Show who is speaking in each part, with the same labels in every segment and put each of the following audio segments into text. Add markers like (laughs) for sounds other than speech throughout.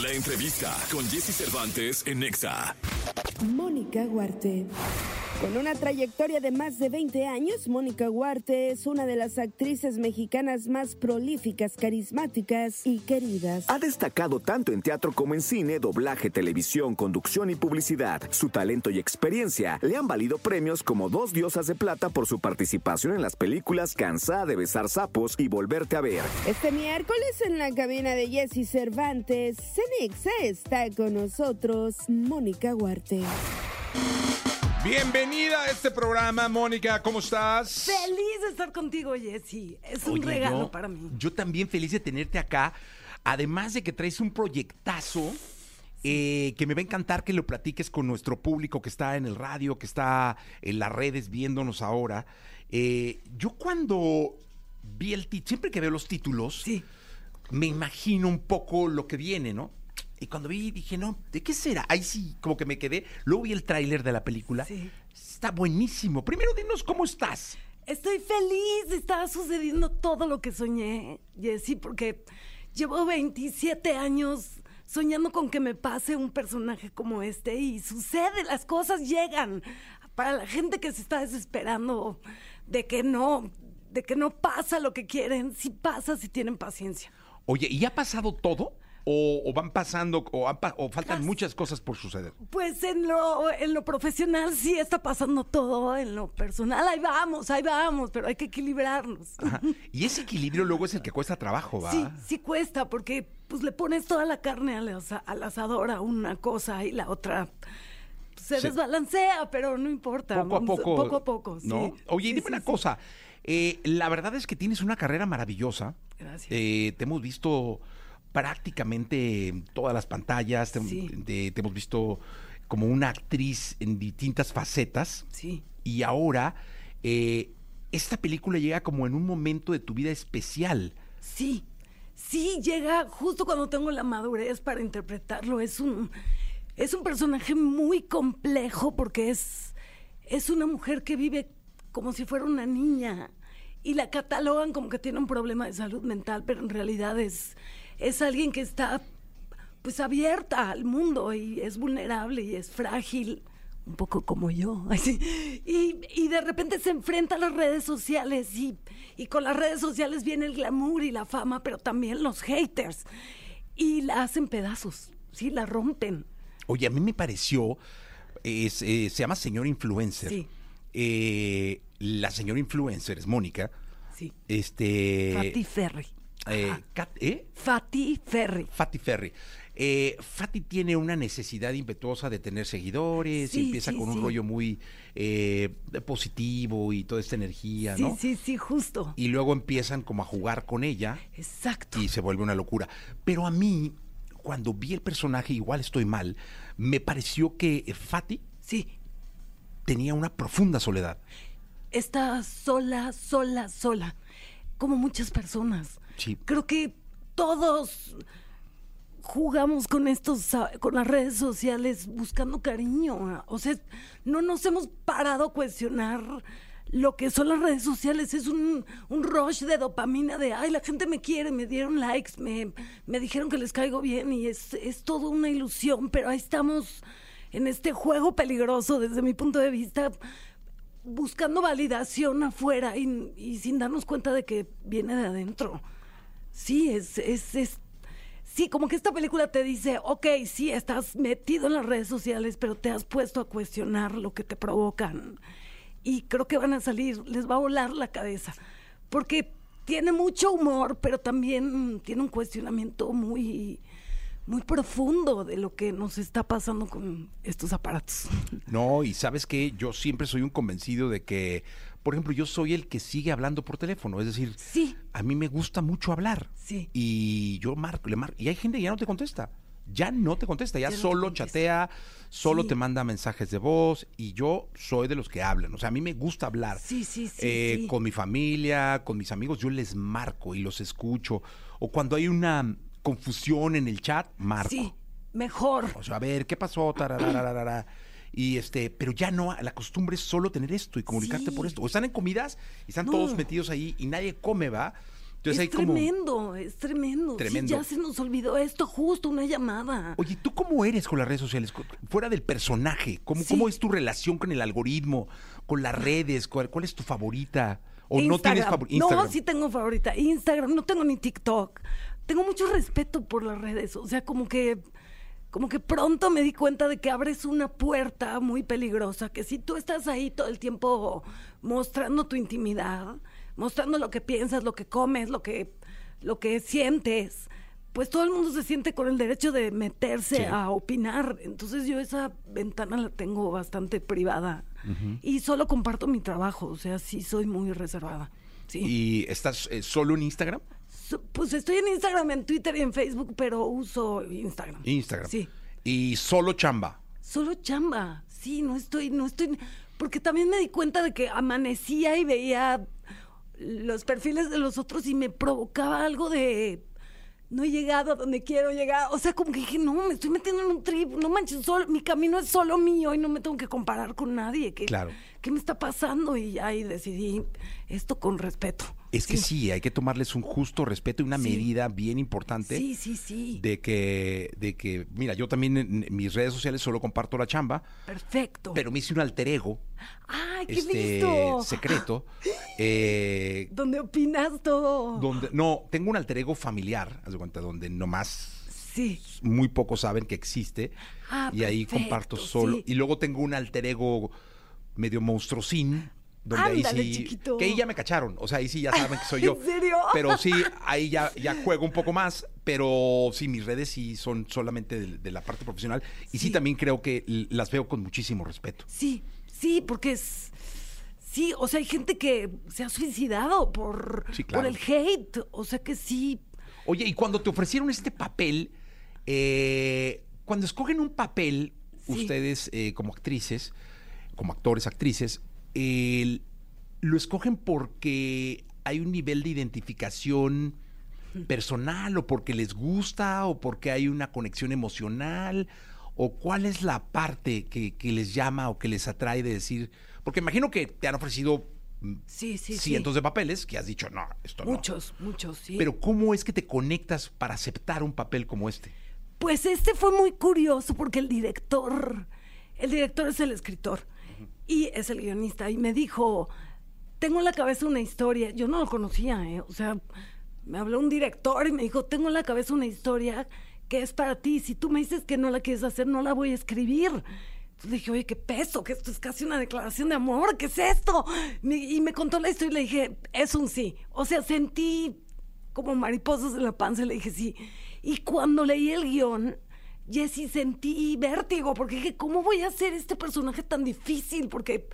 Speaker 1: La entrevista con Jesse Cervantes en Nexa.
Speaker 2: Mónica Huarte. Con una trayectoria de más de 20 años, Mónica Huarte es una de las actrices mexicanas más prolíficas, carismáticas y queridas.
Speaker 3: Ha destacado tanto en teatro como en cine, doblaje, televisión, conducción y publicidad. Su talento y experiencia le han valido premios como dos diosas de plata por su participación en las películas Cansada de besar sapos y Volverte a ver.
Speaker 2: Este miércoles en la cabina de Jesse Cervantes, Cenexa está con nosotros Mónica Huarte.
Speaker 4: Bienvenida a este programa, Mónica, ¿cómo estás?
Speaker 5: Feliz de estar contigo, Jessy. Es un
Speaker 6: Oye,
Speaker 5: regalo
Speaker 6: yo-
Speaker 5: para mí.
Speaker 6: Yo también feliz de tenerte acá. Además de que traes un proyectazo eh, que me va a encantar que lo platiques con nuestro público que está en el radio, que está en las redes viéndonos ahora. Eh, yo cuando vi el título, siempre que veo los títulos,
Speaker 5: Sí.
Speaker 6: me imagino un poco lo que viene, ¿no? Y cuando vi dije, no, ¿de qué será? Ahí sí, como que me quedé. Luego vi el tráiler de la película.
Speaker 5: Sí.
Speaker 6: Está buenísimo. Primero dinos cómo estás.
Speaker 5: Estoy feliz. Está sucediendo todo lo que soñé, Jessy, porque llevo 27 años soñando con que me pase un personaje como este y sucede, las cosas llegan. Para la gente que se está desesperando de que no, de que no pasa lo que quieren, sí pasa si tienen paciencia.
Speaker 6: Oye, ¿y ha pasado todo? ¿O, o van pasando, o, han pa- o faltan muchas cosas por suceder?
Speaker 5: Pues en lo, en lo profesional sí está pasando todo, en lo personal ahí vamos, ahí vamos, pero hay que equilibrarnos.
Speaker 6: Ajá. Y ese equilibrio luego es el que cuesta trabajo, ¿va?
Speaker 5: Sí, sí cuesta porque pues le pones toda la carne al, asa- al asador a una cosa y la otra pues, se
Speaker 6: Sí.
Speaker 5: desbalancea, pero no importa.
Speaker 6: Poco a
Speaker 5: vamos-
Speaker 6: poco.
Speaker 5: Poco a poco, sí.
Speaker 6: ¿no? Oye,
Speaker 5: Sí,
Speaker 6: dime
Speaker 5: sí,
Speaker 6: una
Speaker 5: sí.
Speaker 6: cosa. Eh, la verdad es que tienes una carrera maravillosa.
Speaker 5: Gracias.
Speaker 6: Eh, te hemos visto prácticamente en todas las pantallas. Te,
Speaker 5: Sí.
Speaker 6: te- te hemos visto como una actriz en distintas facetas.
Speaker 5: Sí.
Speaker 6: Y ahora, eh, esta película llega como en un momento de tu vida especial.
Speaker 5: Sí, sí, llega justo cuando tengo la madurez para interpretarlo. Es un, es un personaje muy complejo porque es, es una mujer que vive como si fuera una niña y la catalogan como que tiene un problema de salud mental, pero en realidad es, es alguien que está pues abierta al mundo y es vulnerable y es frágil, un poco como yo. (laughs) así. Y, y de repente se enfrenta a las redes sociales y, y con las redes sociales viene el glamour y la fama, pero también los haters. Y la hacen pedazos, sí, la rompen.
Speaker 6: Oye, a mí me pareció, eh, se, se llama señor influencer.
Speaker 5: Sí.
Speaker 6: Eh, la señora influencer es Mónica.
Speaker 5: Sí.
Speaker 6: Este.
Speaker 5: Fatty Ferry.
Speaker 6: eh, Kat- ¿eh?
Speaker 5: Fatty Ferry.
Speaker 6: Fati Ferry. Eh, Fati tiene una necesidad impetuosa de tener seguidores,
Speaker 5: Sí,
Speaker 6: empieza
Speaker 5: sí,
Speaker 6: con un
Speaker 5: sí.
Speaker 6: rollo muy eh, positivo y toda esta energía,
Speaker 5: Sí,
Speaker 6: ¿no?
Speaker 5: sí, sí, justo.
Speaker 6: Y luego empiezan como a jugar con ella
Speaker 5: Exacto.
Speaker 6: y se vuelve una locura. Pero a mí, cuando vi el personaje, igual estoy mal, me pareció que eh, Fati
Speaker 5: Sí.
Speaker 6: tenía una profunda soledad.
Speaker 5: está sola, sola, sola, como muchas personas.
Speaker 6: Sí.
Speaker 5: Creo que todos jugamos con estos, ah, con las redes sociales buscando cariño. ah. O sea, no nos hemos parado a cuestionar lo que son las redes sociales. Es un, un rush de dopamina de, ay, la gente me quiere, me dieron likes, me, me dijeron que les caigo bien y es, es toda una ilusión, pero ahí estamos en este juego peligroso desde mi punto de vista buscando validación afuera y, y sin darnos cuenta de que viene de adentro. Sí, es, es, es- Sí, como que esta película te dice, ok, sí, estás metido en las redes sociales, pero te has puesto a cuestionar lo que te provocan. Y creo que van a salir, les va a volar la cabeza. Porque tiene mucho humor, pero también tiene un cuestionamiento muy, muy profundo de lo que nos está pasando con estos aparatos.
Speaker 6: No, y sabes que yo siempre soy un convencido de que, por ejemplo, yo soy el que sigue hablando por teléfono, es decir,
Speaker 5: Sí.
Speaker 6: a mí me gusta mucho hablar.
Speaker 5: Sí.
Speaker 6: Y yo marco, le marco, y hay gente que ya no te contesta. Ya no te contesta, ya,
Speaker 5: Ya no te
Speaker 6: solo
Speaker 5: contesta.
Speaker 6: chatea, solo
Speaker 5: Sí.
Speaker 6: te manda mensajes de voz y yo soy de los que hablan. O sea, a mí me gusta hablar.
Speaker 5: Sí, sí, sí,
Speaker 6: Eh,
Speaker 5: sí.
Speaker 6: Con mi familia, con mis amigos, yo les marco y los escucho. O cuando hay una confusión en el chat, marco.
Speaker 5: Sí, mejor.
Speaker 6: O sea, a ver, ¿qué pasó? Tararararara. Y este, pero ya no, la costumbre es solo tener esto y comunicarte
Speaker 5: Sí.
Speaker 6: por esto. O están en comidas y están
Speaker 5: No.
Speaker 6: todos metidos ahí y nadie come, ¿va? Entonces hay
Speaker 5: es
Speaker 6: como.
Speaker 5: tremendo, es tremendo. Sí,
Speaker 6: Tremendo.
Speaker 5: ya se nos olvidó esto, justo una llamada.
Speaker 6: Oye, ¿tú cómo eres con las redes sociales? Co- Fuera del personaje, ¿cómo,
Speaker 5: Sí.
Speaker 6: cómo es tu relación con el algoritmo, con las redes? ¿Cuál, cuál es tu favorita? ¿O no tienes
Speaker 5: Instagram.
Speaker 6: favorita? Instagram.
Speaker 5: No, sí tengo favorita. Instagram, no tengo ni TikTok. Tengo mucho respeto por las redes. O sea, como que, como que pronto me di cuenta de que abres una puerta muy peligrosa, que si tú estás ahí todo el tiempo mostrando tu intimidad, mostrando lo que piensas, lo que comes, lo que, lo que sientes. Pues todo el mundo se siente con el derecho de meterse
Speaker 6: Sí.
Speaker 5: a opinar. Entonces yo esa ventana la tengo bastante privada. Y solo comparto mi trabajo, o sea, sí soy muy reservada. Sí.
Speaker 6: ¿Y estás eh, solo en Instagram?
Speaker 5: So- pues estoy en Instagram, en Twitter y en Facebook, pero uso Instagram.
Speaker 6: Instagram.
Speaker 5: Sí.
Speaker 6: Y solo chamba.
Speaker 5: Solo chamba. Sí, no estoy, no estoy. Porque también me di cuenta de que amanecía y veía los perfiles de los otros y me provocaba algo de. No he llegado a donde quiero llegar. O sea, como que dije, no, me estoy metiendo en un trip. No manches, solo, mi camino es solo mío y no me tengo que comparar con nadie. ¿Qué,
Speaker 6: Claro.
Speaker 5: ¿Qué me está pasando? Y ahí decidí esto con respeto.
Speaker 6: Es que sí. hay que tomarles un justo respeto y una
Speaker 5: Sí.
Speaker 6: medida bien importante.
Speaker 5: Sí, sí, sí.
Speaker 6: De que, de que, mira, yo también en en mis redes sociales solo comparto la chamba,
Speaker 5: Perfecto.
Speaker 6: pero me hice un alter ego
Speaker 5: Oh. ¡Ay, qué
Speaker 6: este,
Speaker 5: lindo! (gasps)
Speaker 6: secreto. eh,
Speaker 5: Donde opinas todo.
Speaker 6: donde, no, tengo un alter ego familiar, haz de cuenta, donde nomás
Speaker 5: Sí.
Speaker 6: muy pocos saben que existe.
Speaker 5: Ah,
Speaker 6: y ahí
Speaker 5: perfecto,
Speaker 6: comparto solo.
Speaker 5: sí.
Speaker 6: Y luego tengo un alter ego medio monstruosín. Donde
Speaker 5: Ándale,
Speaker 6: ahí sí.
Speaker 5: chiquito.
Speaker 6: Que ahí ya me cacharon. O sea, ahí sí ya saben que soy yo.
Speaker 5: (laughs) ¿En serio?
Speaker 6: Pero sí, ahí ya, ya juego un poco más. Pero sí, mis redes sí son solamente de, de la parte profesional. Y sí.
Speaker 5: Sí.
Speaker 6: también creo que l- las veo con muchísimo respeto.
Speaker 5: Sí, sí, porque es. Sí, o sea, hay gente que se ha suicidado por,
Speaker 6: Sí, claro.
Speaker 5: por el hate. O sea que sí.
Speaker 6: Oye, y cuando te ofrecieron este papel, eh, cuando escogen un papel,
Speaker 5: Sí.
Speaker 6: ustedes eh, como actrices, como actores, actrices, el- lo escogen porque hay un nivel de identificación personal o porque les gusta o porque hay una conexión emocional o cuál es la parte que, que les llama o que les atrae de decir, porque imagino que te han ofrecido mm,
Speaker 5: Sí, sí, sí.
Speaker 6: cientos de papeles que has dicho, no, esto no.
Speaker 5: Muchos, muchos, sí.
Speaker 6: Pero ¿cómo es que te conectas para aceptar un papel como este?
Speaker 5: Pues este fue muy curioso porque el director, el director es el escritor y es el guionista y me dijo, tengo en la cabeza una historia, yo no lo conocía, ¿eh? o sea, me habló un director y me dijo, tengo en la cabeza una historia que es para ti, si tú me dices que no la quieres hacer, no la voy a escribir. Entonces le dije, oye, qué peso, que esto es casi una declaración de amor, ¿qué es esto? Me- y me contó la historia y le dije, es un sí. O sea, sentí como mariposas en la panza, y le dije sí. Y cuando leí el guión, Jessy sentí vértigo, porque dije, ¿cómo voy a hacer este personaje tan difícil? Porque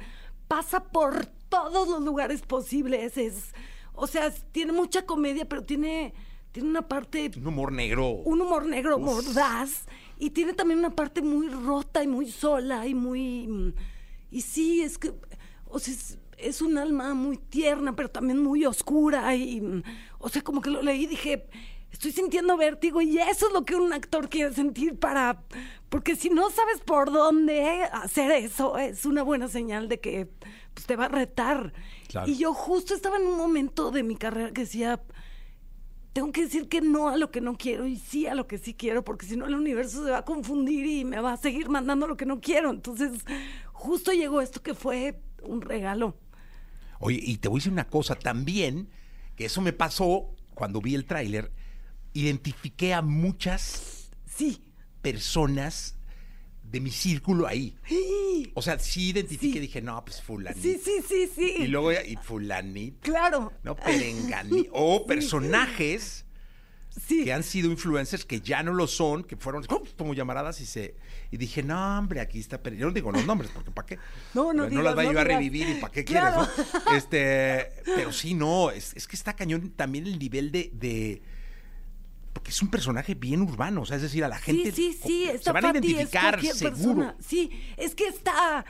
Speaker 5: pasa por todos los lugares posibles. Es, o sea, es- tiene mucha comedia, pero tiene, tiene una parte
Speaker 6: Un humor negro.
Speaker 5: un humor negro mordaz y tiene también una parte muy rota y muy sola y muy mm, y sí es que o sea es, es un alma muy tierna pero también muy oscura y mm, o sea como que lo leí y dije estoy sintiendo vértigo y eso es lo que un actor quiere sentir para porque si no sabes por dónde hacer eso es una buena señal de que pues, te va a retar
Speaker 6: Claro.
Speaker 5: y yo justo estaba en un momento de mi carrera que decía tengo que decir que no a lo que no quiero y sí a lo que sí quiero, porque si no el universo se va a confundir y me va a seguir mandando lo que no quiero. Entonces, justo llegó esto que fue un regalo.
Speaker 6: Oye, y te voy a decir una cosa también, que eso me pasó cuando vi el tráiler, identifiqué a muchas
Speaker 5: Sí.
Speaker 6: personas de mi círculo ahí.
Speaker 5: Sí,
Speaker 6: O sea, sí identifiqué,
Speaker 5: Sí.
Speaker 6: dije, no, pues fulanito.
Speaker 5: sí, sí, sí. sí.
Speaker 6: Y luego, ya, y fulanito,
Speaker 5: Claro.
Speaker 6: no,
Speaker 5: (laughs)
Speaker 6: perengani. O personajes
Speaker 5: Sí.
Speaker 6: que han sido influencers que ya no lo son, que fueron ¡pum! como llamaradas y se y dije, no, hombre, aquí está perdido. Yo no digo los nombres, porque ¿para qué?
Speaker 5: No, no
Speaker 6: las
Speaker 5: digas,
Speaker 6: va a
Speaker 5: no
Speaker 6: llevar a
Speaker 5: digas.
Speaker 6: revivir y ¿para qué
Speaker 5: Claro.
Speaker 6: quieres? no? Este, pero sí, no, es, es que está cañón también el nivel de, de- Porque es un personaje bien urbano, o sea, es decir, a la gente
Speaker 5: Sí, sí, sí,
Speaker 6: co-
Speaker 5: está
Speaker 6: se van a
Speaker 5: para ti, es
Speaker 6: identificar
Speaker 5: cualquier
Speaker 6: seguro.
Speaker 5: persona. Sí, es que está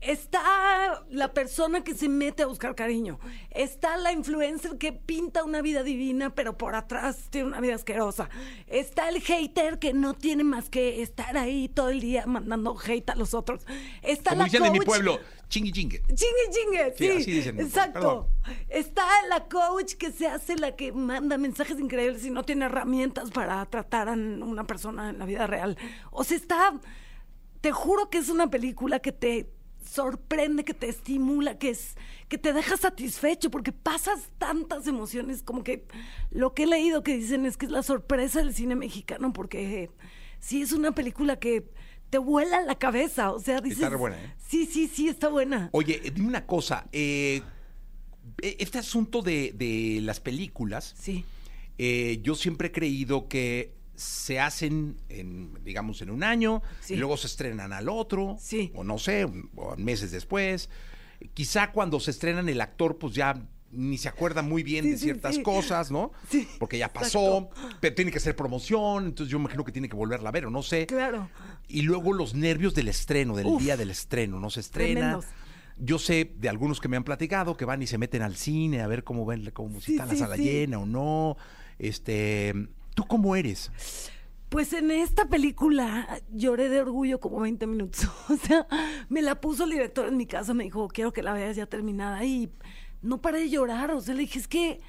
Speaker 5: Está la persona que se mete a buscar cariño. Está la influencer que pinta una vida divina, pero por atrás tiene una vida asquerosa. Está el hater que no tiene más que estar ahí todo el día mandando hate a los otros. Está
Speaker 6: Como
Speaker 5: la
Speaker 6: dicen
Speaker 5: coach...
Speaker 6: en mi pueblo, chingui chingue.
Speaker 5: Chingue, chingue,
Speaker 6: Sí,
Speaker 5: sí.
Speaker 6: así dicen.
Speaker 5: Exacto.
Speaker 6: Perdón.
Speaker 5: Está la coach que se hace la que manda mensajes increíbles y no tiene herramientas para tratar a una persona en la vida real. O sea, está. Te juro que es una película que te sorprende, que te estimula, que es que te deja satisfecho porque pasas tantas emociones como que lo que he leído que dicen es que es la sorpresa del cine mexicano porque eh, sí es una película que te vuela la cabeza, o sea, dices
Speaker 6: re buena, ¿eh?
Speaker 5: Sí, sí, sí, está buena.
Speaker 6: Oye, eh, dime una cosa. eh, e- este asunto de, de las películas,
Speaker 5: Sí.
Speaker 6: eh, yo siempre he creído que se hacen, en, digamos, en un año,
Speaker 5: Sí.
Speaker 6: y luego se estrenan al otro,
Speaker 5: Sí.
Speaker 6: o no sé, un- o meses después. Quizá cuando se estrenan el actor, pues ya ni se acuerda muy bien
Speaker 5: Sí,
Speaker 6: de
Speaker 5: sí,
Speaker 6: ciertas
Speaker 5: sí.
Speaker 6: cosas, ¿no?
Speaker 5: Sí,
Speaker 6: Porque ya pasó,
Speaker 5: exacto.
Speaker 6: pero tiene que hacer promoción, entonces yo imagino que tiene que volverla a ver, o no sé.
Speaker 5: Claro.
Speaker 6: Y luego los nervios del estreno, del
Speaker 5: Uf.
Speaker 6: día del estreno, no se estrena.
Speaker 5: Tremendos.
Speaker 6: Yo sé de algunos que me han platicado que van y se meten al cine a ver cómo ven, cómo si
Speaker 5: Sí,
Speaker 6: está la
Speaker 5: sí,
Speaker 6: sala
Speaker 5: sí.
Speaker 6: llena o no. Este, ¿tú cómo eres?
Speaker 5: Pues en esta película lloré de orgullo como 20 minutos. (laughs) O sea, me la puso el director en mi casa, me dijo, quiero que la veas ya terminada. Y no paré de llorar. O sea, le dije, es que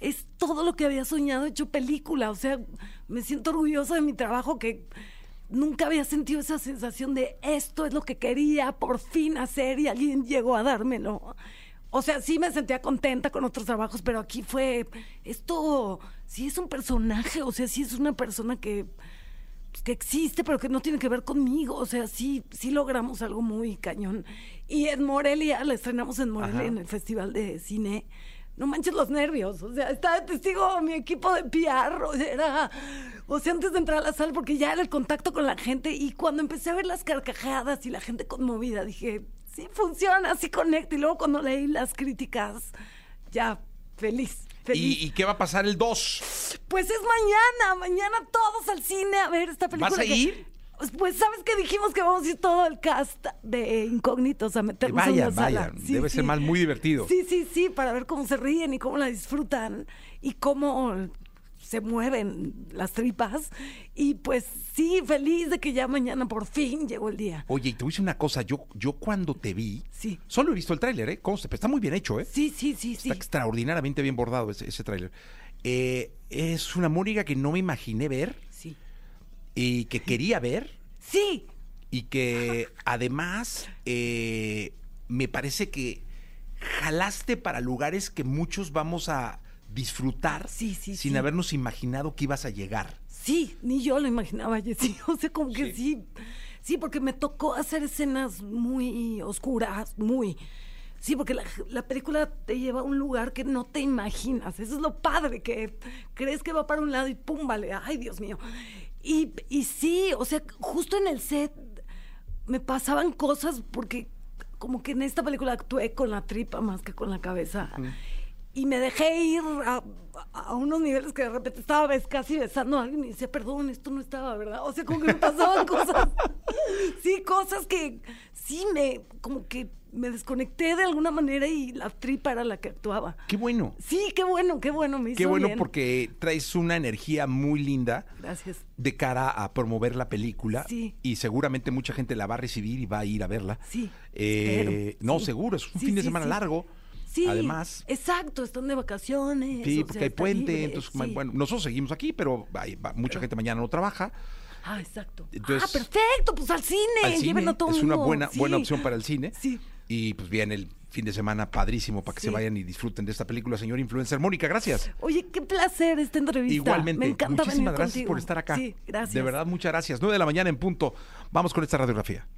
Speaker 5: es todo lo que había soñado hecho película. O sea, me siento orgullosa de mi trabajo que nunca había sentido esa sensación de esto es lo que quería por fin hacer y alguien llegó a dármelo. O sea, sí me sentía contenta con otros trabajos, pero aquí fue, esto sí es un personaje, o sea, sí es una persona que, pues, que existe, pero que no tiene que ver conmigo. O sea, sí, sí logramos algo muy cañón. Y en Morelia, la estrenamos en Morelia,
Speaker 6: Ajá.
Speaker 5: en el Festival de Cine. No manches los nervios, o sea, estaba de testigo mi equipo de PR, o sea, era, o sea, antes de entrar a la sala, porque ya era el contacto con la gente, y cuando empecé a ver las carcajadas y la gente conmovida, dije, sí funciona, sí conecta, y luego cuando leí las críticas, ya, feliz, feliz.
Speaker 6: ¿Y, y qué va a pasar el 2?
Speaker 5: Pues es mañana, mañana todos al cine a ver esta película.
Speaker 6: ¿Vas a
Speaker 5: que-
Speaker 6: ir?
Speaker 5: Pues sabes que dijimos que vamos a ir todo el cast de incógnitos a meternos en la
Speaker 6: Vayan,
Speaker 5: sala.
Speaker 6: vayan. Debe ser más muy divertido.
Speaker 5: Sí, sí, sí, para ver cómo se ríen y cómo la disfrutan y cómo se mueven las tripas. Y pues sí, feliz de que ya mañana por fin llegó el día.
Speaker 6: Oye, y te voy a decir una cosa, yo, yo cuando te vi,
Speaker 5: Sí.
Speaker 6: solo he visto el tráiler, ¿eh? Conste, pero está muy bien hecho, ¿eh?
Speaker 5: Sí, sí, sí, sí.
Speaker 6: Está extraordinariamente bien bordado ese, ese tráiler. Eh, es una Mónica que no me imaginé ver
Speaker 5: Sí.
Speaker 6: y que quería ver.
Speaker 5: Sí,
Speaker 6: y que además eh, me parece que jalaste para lugares que muchos vamos a disfrutar
Speaker 5: Sí, sí,
Speaker 6: sin
Speaker 5: sí.
Speaker 6: habernos imaginado que ibas a llegar.
Speaker 5: Sí, ni yo lo imaginaba, Jessy. (laughs) O sea, como que
Speaker 6: Sí.
Speaker 5: sí. sí, porque me tocó hacer escenas muy oscuras, muy. Sí, porque la, la película te lleva a un lugar que no te imaginas. Eso es lo padre, que crees que va para un lado y pum, vale, ay, Dios mío. Y, y sí, o sea, justo en el set me pasaban cosas porque como que en esta película actué con la tripa más que con la cabeza. Y me dejé ir a, a unos niveles que de repente estaba ves, casi besando a alguien y decía, perdón, esto no estaba, ¿verdad? O sea, como que
Speaker 6: (laughs)
Speaker 5: me pasaban cosas. Sí, cosas que sí me, como que me desconecté de alguna manera y la tripa era la que actuaba.
Speaker 6: Qué bueno.
Speaker 5: Sí, qué bueno, qué bueno, me hizo
Speaker 6: Qué bueno
Speaker 5: bien.
Speaker 6: porque traes una energía muy linda
Speaker 5: Gracias.
Speaker 6: de cara a promover la película
Speaker 5: Sí.
Speaker 6: y seguramente mucha gente la va a recibir y va a ir a verla.
Speaker 5: Sí,
Speaker 6: Eh,
Speaker 5: espero,
Speaker 6: no,
Speaker 5: sí.
Speaker 6: seguro, es un
Speaker 5: Sí,
Speaker 6: fin de
Speaker 5: sí,
Speaker 6: semana
Speaker 5: sí.
Speaker 6: largo.
Speaker 5: Sí,
Speaker 6: Además,
Speaker 5: Exacto, están de vacaciones.
Speaker 6: sí,
Speaker 5: o
Speaker 6: porque
Speaker 5: sea,
Speaker 6: hay
Speaker 5: está
Speaker 6: puente,
Speaker 5: libre,
Speaker 6: entonces,
Speaker 5: sí.
Speaker 6: bueno, nosotros seguimos aquí, pero hay- va- mucha gente mañana no trabaja.
Speaker 5: Ah, exacto.
Speaker 6: Entonces-
Speaker 5: ah, perfecto, pues al cine,
Speaker 6: al cine,
Speaker 5: llévenlo todo el
Speaker 6: es una
Speaker 5: mundo,
Speaker 6: buena,
Speaker 5: sí.
Speaker 6: buena opción para el cine.
Speaker 5: Sí.
Speaker 6: Y pues viene el fin de semana padrísimo para que se
Speaker 5: Sí.
Speaker 6: vayan y disfruten de esta película, señor influencer. Mónica, gracias.
Speaker 5: Oye, qué placer esta entrevista.
Speaker 6: Igualmente,
Speaker 5: Me encanta
Speaker 6: muchísimas
Speaker 5: venir
Speaker 6: gracias
Speaker 5: contigo.
Speaker 6: por estar acá.
Speaker 5: Sí, gracias.
Speaker 6: De verdad, muchas gracias. 9 de la mañana en punto. Vamos con esta radiografía.